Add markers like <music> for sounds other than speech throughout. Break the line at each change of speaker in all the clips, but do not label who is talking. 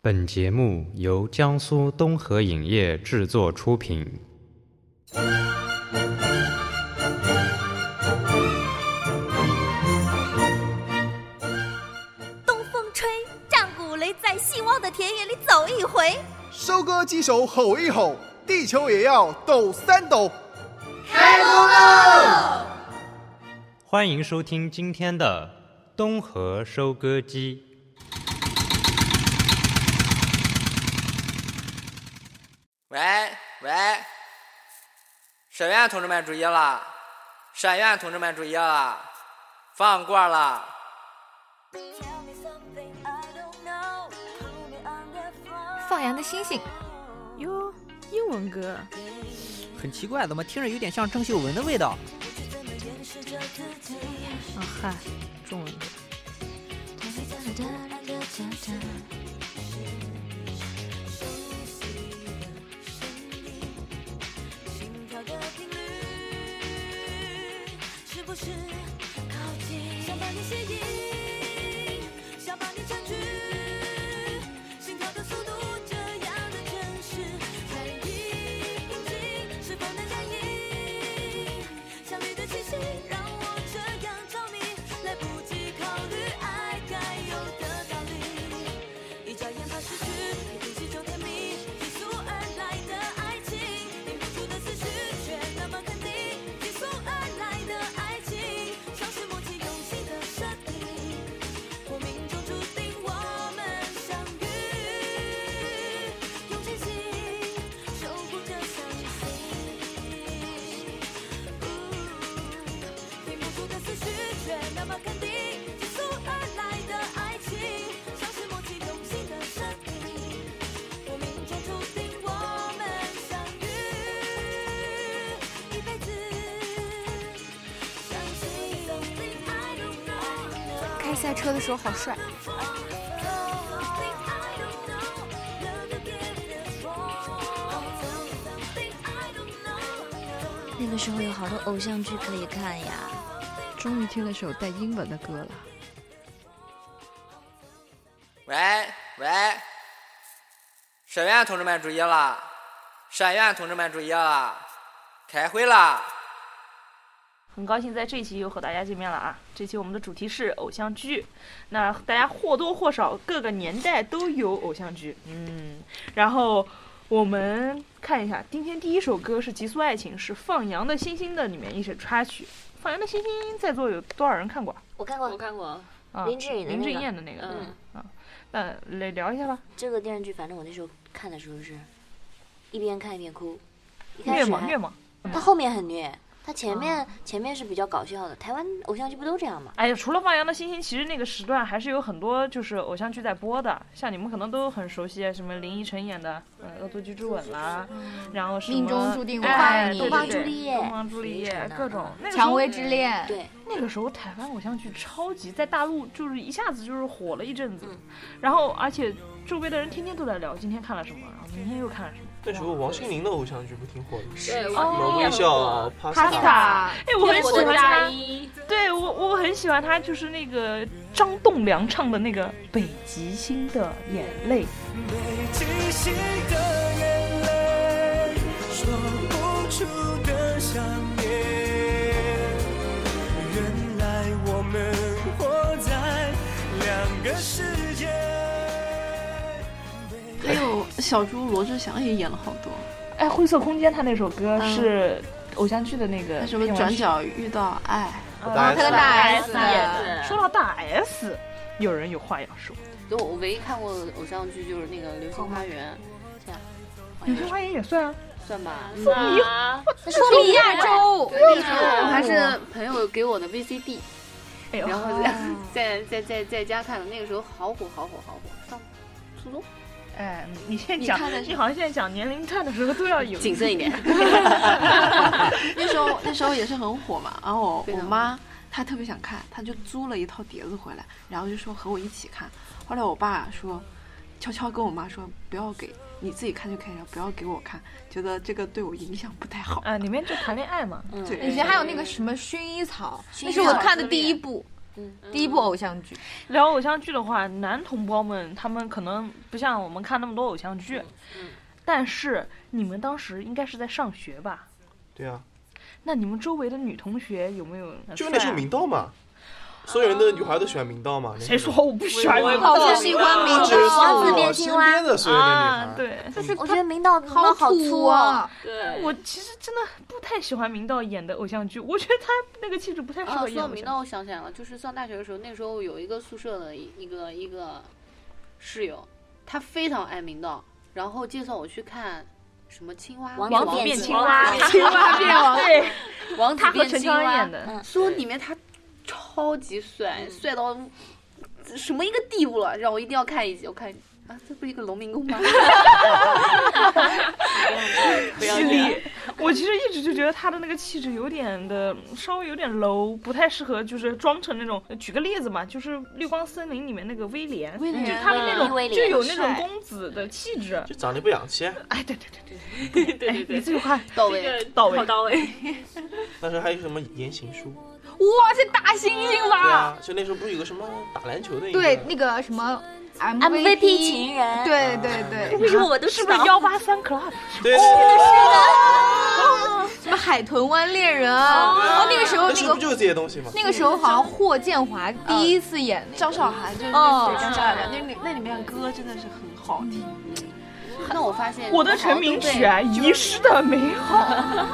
本节目由江苏东河影业制作出品。
东风吹，战鼓擂，在兴旺的田野里走一回。
收割机手吼一吼，地球也要抖三抖。
欢迎收听今天的《东河收割机》。
喂喂，沈院同志们注意了！沈院同志们注意了！放过了！
放羊的星星，
哟，英文歌，
很奇怪，怎么听着有点像郑秀文的味道？
啊嗨，中文歌，
开赛车的时候好帅。
那个时候有好多偶像剧可以看呀。
终于听了首带英文的歌了。
喂喂，沈院同志们注意了！沈院同志们注意了！开会了！
很高兴在这一期又和大家见面了啊！这期我们的主题是偶像剧，那大家或多或少各个年代都有偶像剧，嗯，然后我们看一下，今天第一首歌是《极速爱情》，是《放羊的星星》的里面一首插曲。《放羊的星星》在座有多少人看过啊？
我看过
我看过，
啊
林志颖的
林
那
志
个
颖的那个，
嗯
啊，那来聊一下吧。
这个电视剧，反正我那时候看的时候是，一边看一边哭。一开
虐
始
吗？哦虐
还，
吗？
他后面很虐，他前面前面是比较搞笑的。台湾偶像剧不都这样吗？
哎呀，除了《放羊的星星》，其实那个时段还是有很多就是偶像剧在播的，像你们可能都很熟悉，啊什么林依晨演的呃《恶作剧之吻》啦，然后什么
命中注定我
哎
爱你
对
东方
对
朱丽叶
东方朱丽
林依晨
叶
啊
各种那个时
嗯
候
蔷薇之恋，
对，
那个时候台湾偶像剧超级在大陆就是一下子就是火了一阵子，然后而且周围的人天天都在聊今天看了什么，然后明天又看了什么。
那时候王心凌的偶像剧不挺火的吗？
对，
什么微笑啊、
塔
哎，我很喜欢
大
他，
衣，
对我我很喜欢他，就是那个张栋梁唱的那个《北极星的眼泪》。
北极星的眼泪，说不出的想念。原来我们活在两个世界。
还
哦
有小猪罗志祥也演了好多，
哎，灰色空间他那首歌是偶像剧的那个
嗯那什么
片尾曲
转，角遇到爱， <laughs>
大
啊
呃
他跟大 S，
也
说到大 S，有人有话要说，
就我唯一看过的偶像剧就是那个《流星花园》，这样
《流星花园》也算啊，
算吧。
他是风靡亚洲，
我还是朋友给我的 VCD，
哎呦，
然后在在在在在家看的，那个时候好火好火好火，上初中
哎，你现在
你
讲
看的，是
你好像现在讲年龄段的时候都要有
谨慎一点。
那时候那时候也是很火嘛，然后我
非
我
常
妈她特别想看，她就租了一套碟子回来，然后就说和我一起看。后来我爸说，悄悄跟我妈说不要给你自己看就可以了，不要给我看，觉得这个对我影响不太好。
啊，里面就谈恋爱嘛，
嗯
对
以前还有那个什么薰衣草，
薰衣草
那是我看的第一部，
嗯，
第一部偶像剧。
聊偶像剧的话，男同胞们他们可能不像我们看那么多偶像剧，
嗯
但是你们当时应该是在上学吧？
对啊，
那你们周围的女同学有没有？
就那时候明道嘛，所有人的女孩都喜欢明道嘛。
谁说我不喜欢明
道我是喜欢明道
就是
王
子
我
变
身
青蛙
边的所有的女孩。
啊对，
就是
我觉得明道
啊
好好粗哦，
对
我其实真的不太喜欢明道演的偶像剧，我觉得他那个气质不太适
啊，说
合演
到
偶
明
像
道，我想起来了，就是上大学的时候，那时候有一个宿舍的一一个一个室友，他非常爱明道，然后介绍我去看什么青蛙，
王
王
子
子变
青
青蛙
蛙，
青蛙变王
子
对，
王子
他和
变
陈
青
乔恩
蛙
演，的，
嗯，
说里面他超级帅，帅嗯到什么一个地步了，让我一定要看一集，我看。啊，这不是一个农民工吗？不要
犀利。我其实一直就觉得他的那个气质有点的，稍微有点 low，不太适合就是装成那种。举个例子嘛，就是《绿光森林》里面那个威廉，
威廉
就他的那
嗯
种
威
就
廉
有那种
帅
公子的气质。
就长得不洋气，啊
哎，对对对
<laughs>
对哎
对对
对，你这句话
到位，
到位。
到位。
那时候还有什么言行书？
哇，这大猩猩
对
吧？
啊，就那时候不是有个什么打篮球的一个？
对，那个什么
MVP 情人
对对对，
为什么我都
是
知
不是
道
幺八三 club？
对对对对
什么海豚湾恋人啊？
对
哦，那个时候
那
那
时候
个
不就是这些东西吗？
那个时候好像霍建华第一次演那个
张韶涵就是
哦
对张韶涵，那里那里面的歌真的是很好听。
嗯那我发现
我的成名曲啊，遗失的美好。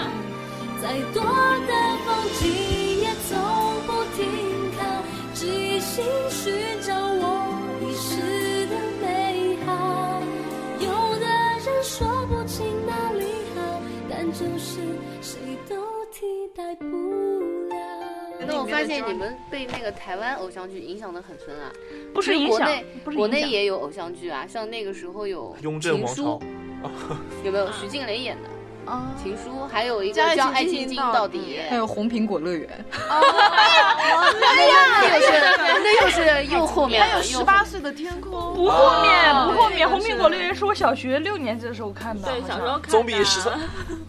再多的风景也从不停靠，只心寻找我遗失的美好。有的人说不清哪里好，但就是谁都替代不了。
那我发现你们被那个台湾偶像剧影响的很深啊，
不是
就
影
国
响
内
不是
国
影
内
响
也有偶像剧啊，像那个时候有
雍正
情
王
书
朝，
有
嗯
没有徐静蕾演的
哦
啊
情书，还有一个
叫
叫《
爱
爱
情
情
进
进
行
到
到
底》
哎
还有红苹果乐
<laughs>
园，
那又是那又是又后面
还有
了，
十
又
八岁的天空，
不后面，
啊
不后面，《
对
红苹果乐园》是我小学六年级的时候看的，对，小时候
总比十三，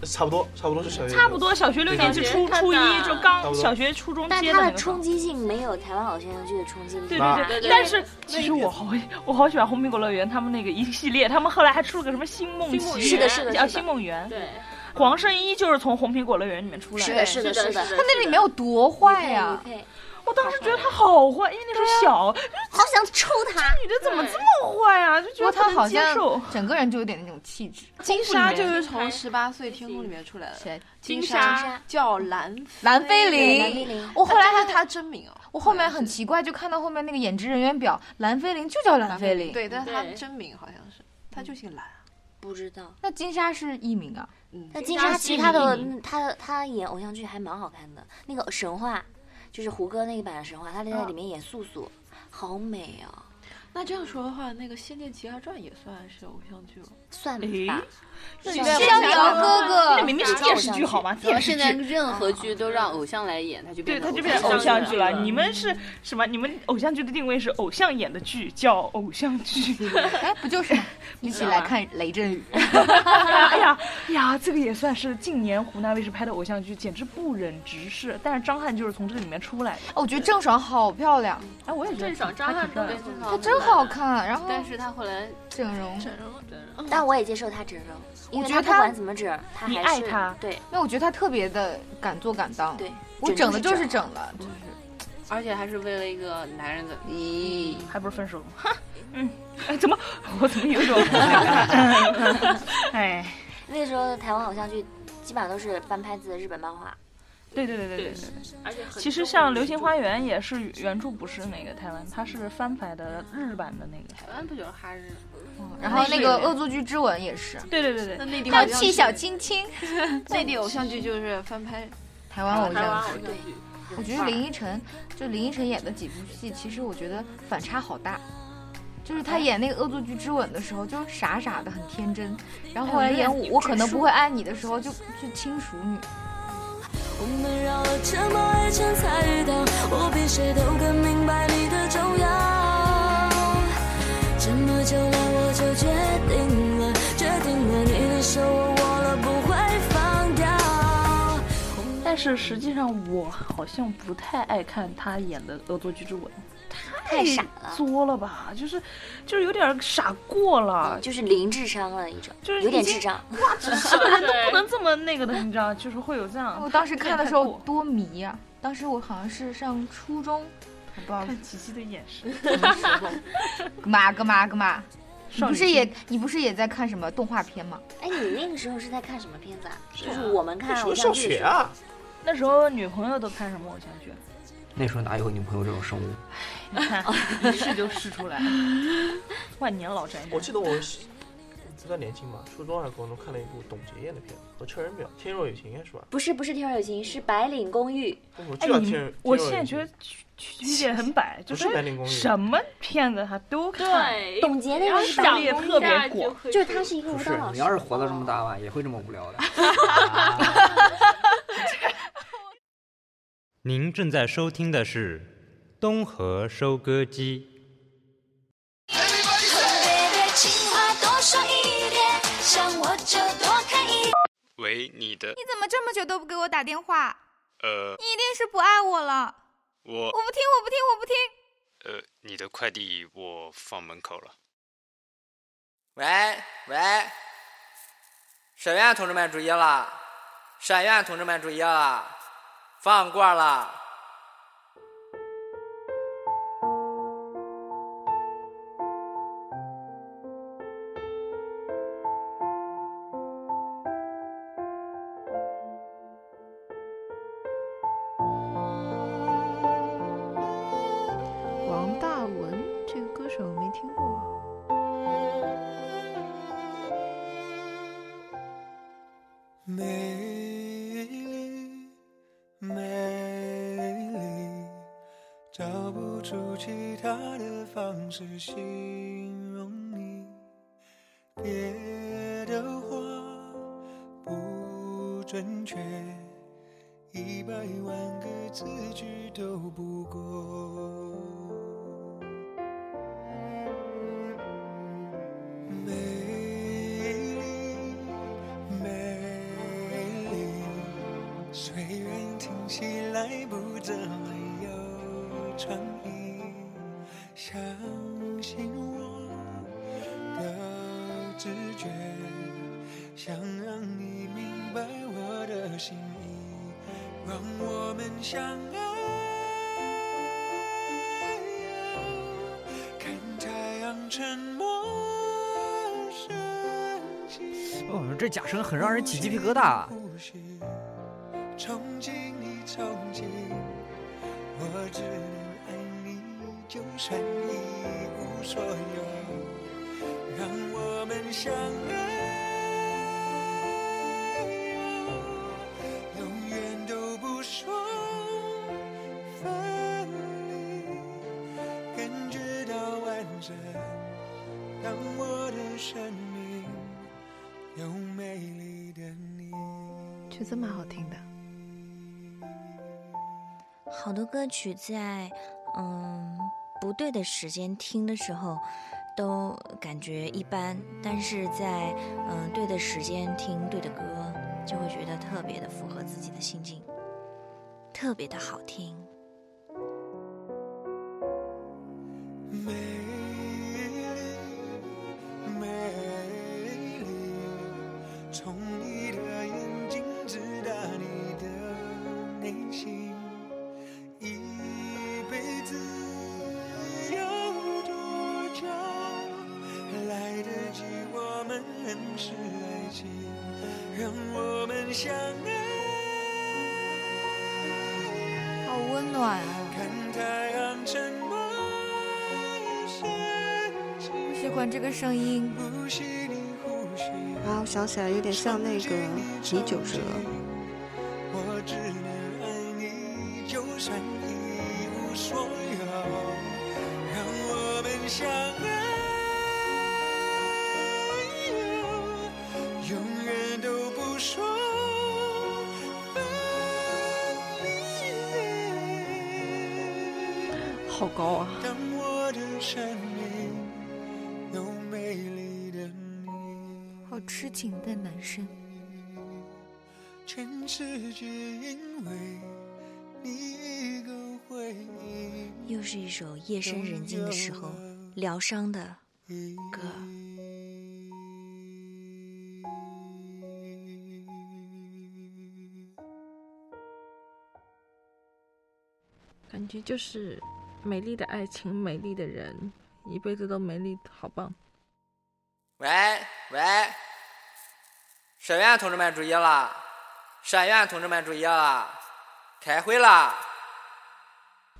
差不多，差不多是小学。
差不多小学六年级初初一就
差不
刚
多
小学初中
但
接的
它
那
的
个时候。
冲击性没有台湾偶像剧的冲击力
对
大。
对对对，但是其实我好我好喜欢《红苹果乐园》他们那个一系列，他们后来还出了个什么《星梦
星梦
奇
是
缘
的是的》，
啊，《
是的
星梦缘》。
对，
黄圣依就是从《红苹果乐园》里面出来
是的，是的，是的，
他那里面有多坏
啊
呀？
对，
我当时觉得她好坏，因为那时候小，
啊
好想抽他。
女的怎么这么坏啊？就觉
哇，
得
他
不
好
能接
像
受。
整个人就有点那种气质。
金莎就是从十八岁天空里面出来的，
谁？
金
金莎
叫蓝
蓝菲
对蓝菲
林
林。
我后来还
是她真名哦，
我后面很奇怪，就看到后面那个演职人员表，蓝菲林就叫蓝菲林。，
对，但是她
对
真名好像是，她就姓蓝啊，
不知道。
那金莎是艺名啊。
嗯，
那金莎其实她的她她演偶像剧还蛮好看的，那个神话就是胡歌那一版的神话，她在里面演素素，好美啊，
那这样说的话，那个《仙剑奇侠传》也算是偶像剧了。
算
诶
吧。
那
是
里面
逍遥哥
那
哥，
明明是电视剧好吗？
然后
电视
现在
剧。
任何剧都让偶像来演，他就
对，
变
它
成
就变 <laughs> 成偶像剧了。你们是什么？你们偶像剧的定位是偶像演的剧，叫偶像剧。
<laughs> 哎，不
<laughs>
就是吗？一起来看雷震宇。
哎呀哎呀，这个也算是近年湖南卫视拍的偶像剧，简直不忍直视。但是张翰就是从这里面出来的。
哦，我觉得郑爽好漂亮，
哎，我也觉得郑爽张翰
对，真
她
好。
真好看。然后
但是他后来
整容，
但我也接受她整容，因为
我觉得
她
她
不管怎么整，她
你
还
爱
是
她
对
那我觉得她特别的敢做敢当。
对，
我整的就是
整。
整了，就是
而且还是为了一个男人的，
咦，
还不是分 <laughs> 手了吗？哈，嗯，哎，怎么我怎么有一种嗯， <laughs> 哎，
那时候的台湾偶像剧基本上都是翻拍自日本漫画，
对对对对对对。其实像《流星花园》也是原著不是那个台湾，它是翻拍的日版的那个。
台湾不就是哈日？
然后那个《恶作剧之吻》也是，
对对对
那
对，
内地
还
偶
有
像
戚
剧，
小青青，
内地偶像剧就是翻拍
台湾偶像剧。
对，
我觉得林依晨，就林依晨演的几部戏，其实我觉得反差好大。就是
哎
她演那个《恶作剧之吻》的时候，就傻傻的很天真，然后后来演我我可能不会爱你的时候，就就轻熟女。
我们绕了这么一圈才遇到，我比谁都更明白你的重要。这么久了，我就决定了，决定了，你的手我握了不会放掉。
但是实际上我好像不太爱看他演的《恶作剧之吻》，
太傻了
作了吧？就是就是有点傻过了，
就是零智商了一种，
就是
有点
已经
智障。
哇，只是个人都不能这么那个的，你知道，就是会有
<laughs>
这样。
我当时看的时候多迷呀、当时我好像是上初中，我不知道
看琪琪的眼神，
干嘛干嘛干嘛？你
少女
不是
心
也你不是也在看什么动画片吗？
哎，你那个时候是在看什么片子啊？就
啊
是我们
那
看
时候
偶像剧的时候
上学啊那时候女朋友都看什么偶像剧？
那时候哪有女朋友这种生物？
哎你看，一试就试出来了，万年老宅男。
我记得我是不算年轻吧，初中还是高中看了一部董洁演的片子《和车人表》，《天若有情》应该是吧？
不是不是《天若有情》，是《白领公寓》。
我就
哎，
要
你
天，
我
天
现
若有
在觉
情
得曲曲姐很摆，
不
就
是白领公寓
什么片子她都看。
对董洁那个是白
涉猎
领公寓
特别广，
就是他是一个舞
不
蹈
是
老，
你
师。
要是活到这么大吧，也会这么无
<laughs>
聊的。
您正在收听的是东河收割机。
情话多说一点，想我就多看一点。
喂，你的
你怎么这么久都不给我打电话？
呃
你，一定是不爱我了。
我
我不听，我不听，我不听。
呃，你的快递我放门口了。
喂喂，沈院同志们注意了，沈院同志们注意了，放过了。
王大文这个歌手没听过，
美丽，美丽，找不出其他的方式形容你。别的话不准确，一百万个字句都不够。美丽，美丽，虽然听起来不怎么有创意，相信我的直觉，想让你明白我的心意，让我们相爱，看太阳沉默升起。
哦，这假声很让人起鸡皮疙瘩。啊
憧憬你憧憬，我只能爱你，就算一无所有，让我们相爱，永远都不说分离，感觉到完整，让我的生命有美丽的你。
曲子蛮好听的。
好多歌曲在嗯不对的时间听的时候，都感觉一般，但是在嗯对的时间听对的歌，就会觉得特别的符合自己的心境，特别的好听。
美丽，美丽，从你的眼睛直达你的内心，一辈子要多久来得及我们认识爱情，让我们相爱。
好温暖啊！
看太阳沉默升起。
我喜欢这个声音。
啊，我想起来有点像那个李玖哲。
我只能爱你，就算一无所有，让我们相爱，永远都不说分离。
好高啊！
当我的生命有美丽的你。
好痴情的男生。
全世界因为你一个回忆。
又是一首夜深人静的时候疗伤的歌。
感觉就是美丽的爱情，美丽的人，一辈子都美丽，好棒！
喂喂，沈院同志们注意了，沈院同志们注意了，开会啦！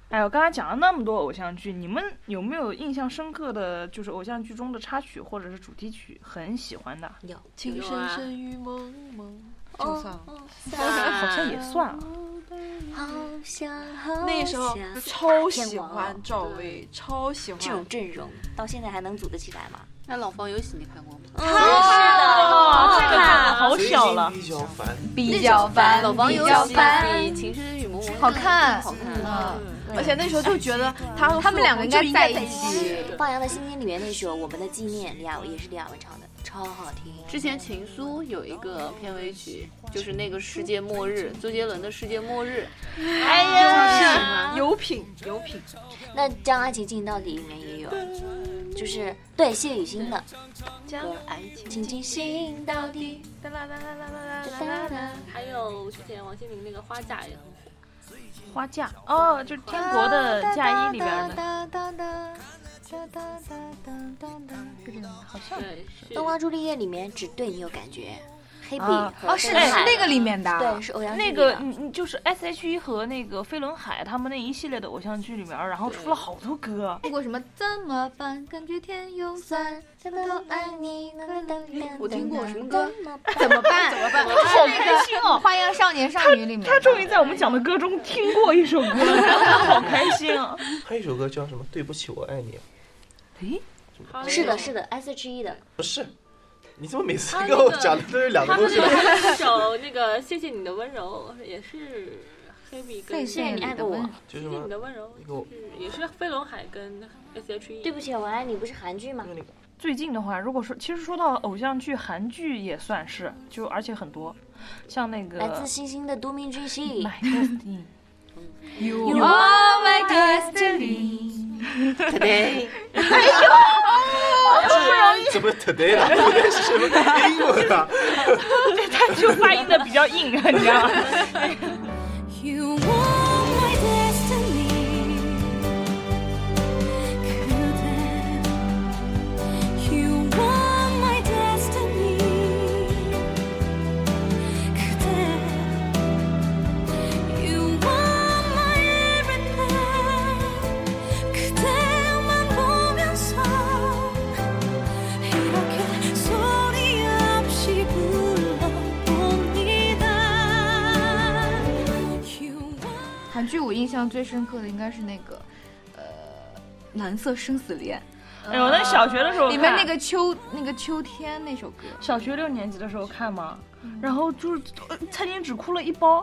哎，我刚才讲了那么多偶像剧，你们有没有印象深刻的就是偶像剧中的插曲或者是主题曲，很喜欢的？
有，
情深深雨蒙蒙，
哦
就算好像也算啊。
好想好想
那时候
啊
就超喜欢赵薇，超喜欢
这种阵容，到现在还能组得起来吗？
那《老房有喜》你看过吗？
嗯，是的，
哦这个看的好小了。
比较烦，
比较烦，
老房
比
有
较
喜
烦，
比《情深深雨蒙蒙》
好看，
好看。
嗯而且那时候就觉得他
他们两个应该在一起。
放羊的星星里面那首《我们的纪念》，李亚伟也是李亚伟唱的，超好听。
之前《情书》有一个片尾曲，就是那个世界末日，周杰伦的《世界末日》。
哎呀，
有品
有品。
那《将爱情进行到底》里面也有，就是对谢雨欣的
将爱情
请进行到底。
哒啦哒啦啦啦
哒哒哒。还有之前王心凌那个《花嫁》也很火。
花嫁哦，就是《天国
呃
的嫁衣》里边的，好像
《东方朱丽叶》里面只对你有感觉，黑笔
啊
和
哦是
黑海
是那个里面的啊
对，是欧阳
那
靖
个
里
你你就是 S H E 和那个飞轮海他们那一系列的偶像剧里面，然后出了好多歌。
不过
哎
什么怎么办？感觉天又酸，怎么都爱你，快乐
我听过什么歌？
怎么办？怎么办？好
开心哦！
啊花样少年少女里面，
他终于在我们讲的歌中听过一首歌，
<laughs>
好开心啊！
还有一首歌叫什么？对不起，我爱你。
诶，
的是的，
嗯
是的，S H E 的。
不是，你怎么每次
他
跟
啊那
我
个
讲的都是两个
他们
东西？
那首那个《谢谢你的温柔》也是黑笔跟
谢谢你爱过我，
就
谢
是
谢
什么
你的温柔
一个
是也是飞轮海跟 S H E。
对不起，我爱你不是韩剧吗？
最近的话，如果说其实说到偶像剧，韩剧也算是，就而且很多，像那个
来
<laughs>
自星星的都命俊熙。
You
You are my destiny。
Today，
怎么 today 了？today 是什么英文
<laughs>
啊？
他就发音的比较硬，啊你知道吗？
嗯
You are my destiny. 그대. You are my destiny. 그대. You are my everything. 그대만 보면서 이렇게 소리 없이 불러봅니다.
韩剧我印象最深刻的应该是那个，呃，《蓝色生死恋》。
哎呦那小学的时候
里面
看
那个秋那个秋天那首歌，
小学六年级的时候看嘛，
嗯
然后就是呃餐巾纸哭了一包。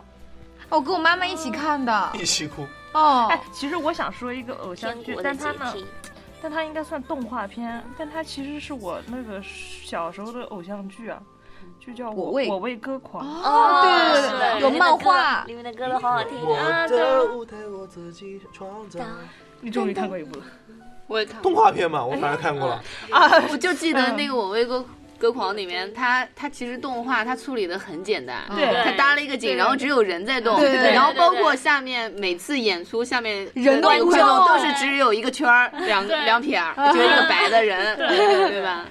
哦，我跟我妈妈一起看的。
一起
<laughs>
哭。
哦，
哎，其实我想说一个偶像
天
剧
国，的
但它呢
阶梯，
但它应该算动画片，但它其实是我那个小时候的偶像剧啊，就叫我
我为
我为歌狂。
哦对对对
是
对
的
有
里面的
漫
歌
画
里面的歌都好好听
我的
啊。对
舞台我自己创造。
你终于看过一部了，
我也看过
动画片嘛，我反正看过了。
啊，我就记得那个《我为歌歌狂》里面，它它其实动画它处理的很简单，
네.
对
它搭了一个景，
对
然后只有人在动，
그
对
네,
对对
然后包括下面每次演出下面
人都
那个
不
互
动
动都是只有一个圈儿，两两撇儿，就是一个白的人，
对
对吧？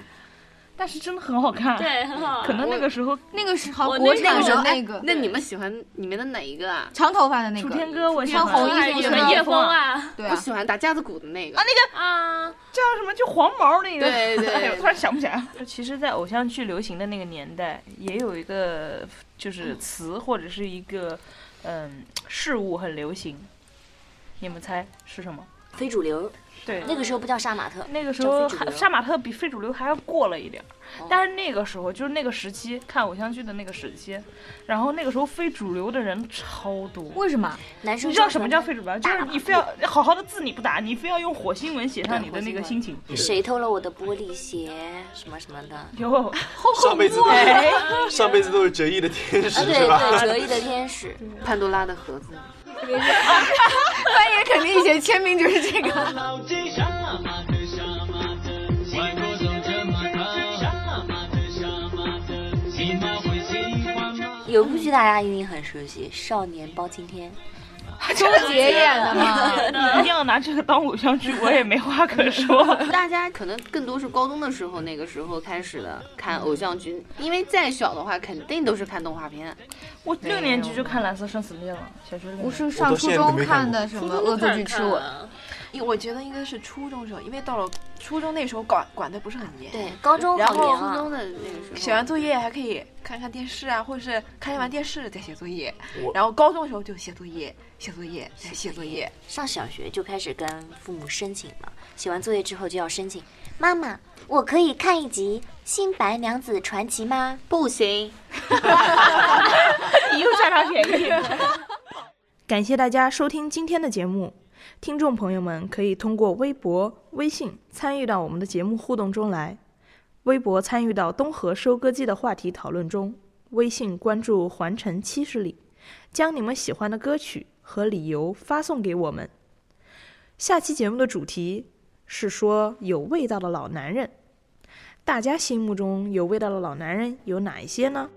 但是真的很好看。
对很好
可能那个时候
那个是好
我
国
那
产
个时
的
뭐
候
네,
那
哎
그
个，
那你们喜欢里面的哪一个啊？
长头发的那个
楚天歌我喜
穿
欢
红衣服
喜
是
欢
吧
叶枫啊，
啊，
네.
对啊
我喜欢打架子鼓的那个
啊，那个
啊，
叫什么？就黄毛那个。
对对
<laughs> 哎呦突然想不起来。其实，在偶像剧流行的那个年代，也有一个就是词或者是一个嗯事物很流行，你们猜是什么？
非主流。
对，
那个时候不叫杀马特，
那个时候
叫非主
还
流
杀马特比非主流还要过了一点儿，
哦
但是那个时候就是那个时期看偶像剧的那个时期，然后那个时候非主流的人超多。
为什么？
男
你知道什么叫非主流？就是你非要好好的字你不打，你非要用火星文写上你的那个心情。
嗯
<laughs>
谁偷了我的玻璃鞋？什么什么的。
<laughs>
有
上辈子都
哎
啊
是上辈子都是折翼的天使
啊，对
是吧？
对，折翼的天使，
潘多拉的盒
<laughs>
子。
翻译肯定以前签名就是这个。
有部剧大家一定很熟悉，《少年包青天》，
周杰演的吗
哎
啊
你一定要拿这个当偶像剧，我也没话可说。
<laughs> 大家可能更多是高中的时候，那个时候开始的看偶像剧，因为再小的话肯定都是看动画片。
我六年级就看《蓝色生死恋》了，小学六年级
我是上初中看的什么恶作剧之吻
因 <laughs> 为我觉得应该是初中时候，因为到了初中那时候管管的不是很严。
对高中
然
好
后
严啊初中
的那个时候
写完作业还可以看看电视啊，或者是看完电视再写作业。然后高中的时候就写作业，写作业，再写作业。
上小学就开始跟父母申请了，写完作业之后就要申请。妈妈，我可以看一集《新白娘子传奇》吗？
不行，
<laughs> 你又占上便宜。
<laughs> 感谢大家收听今天的节目，听众朋友们可以通过微博、微信参与到我们的节目互动中来。微博参与到东河收割机的话题讨论中，微信关注“环城七十里”，将你们喜欢的歌曲和理由发送给我们。下期节目的主题是说有味道的老男人，大家心目中有味道的老男人有哪一些呢？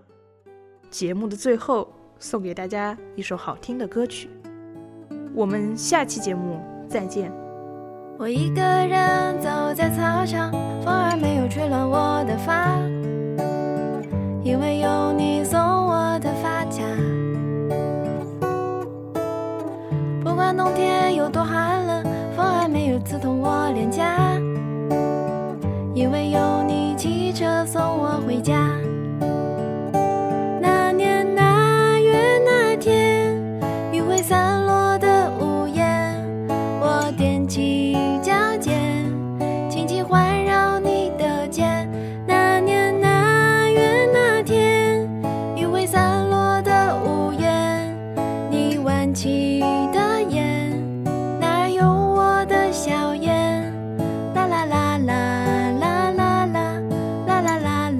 节目的最后，送给大家一首好听的歌曲。我们下期节目再见。
我一个人走在操场，风儿没有吹乱我的发，因为有你送我的发卡。不管冬天有多寒冷，风儿没有刺痛我脸颊，因为有你骑车送我回家。那年那月那天，余晖散落的屋檐。我踮起脚尖，轻轻环绕你的肩。那年那月那天，余晖散落的屋檐，你弯起的眼，那儿有我的笑颜。啦啦啦啦啦啦啦，啦啦啦啦啦啦，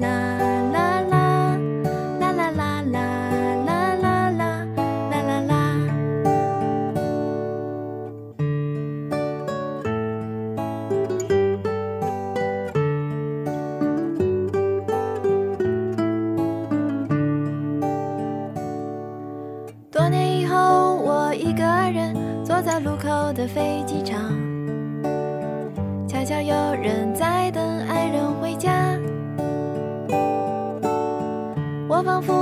啦啦啦啦啦啦啦啦啦啦。多年以后，我一个人坐在路口的飞机场，恰巧有人在等爱人回家。我仿佛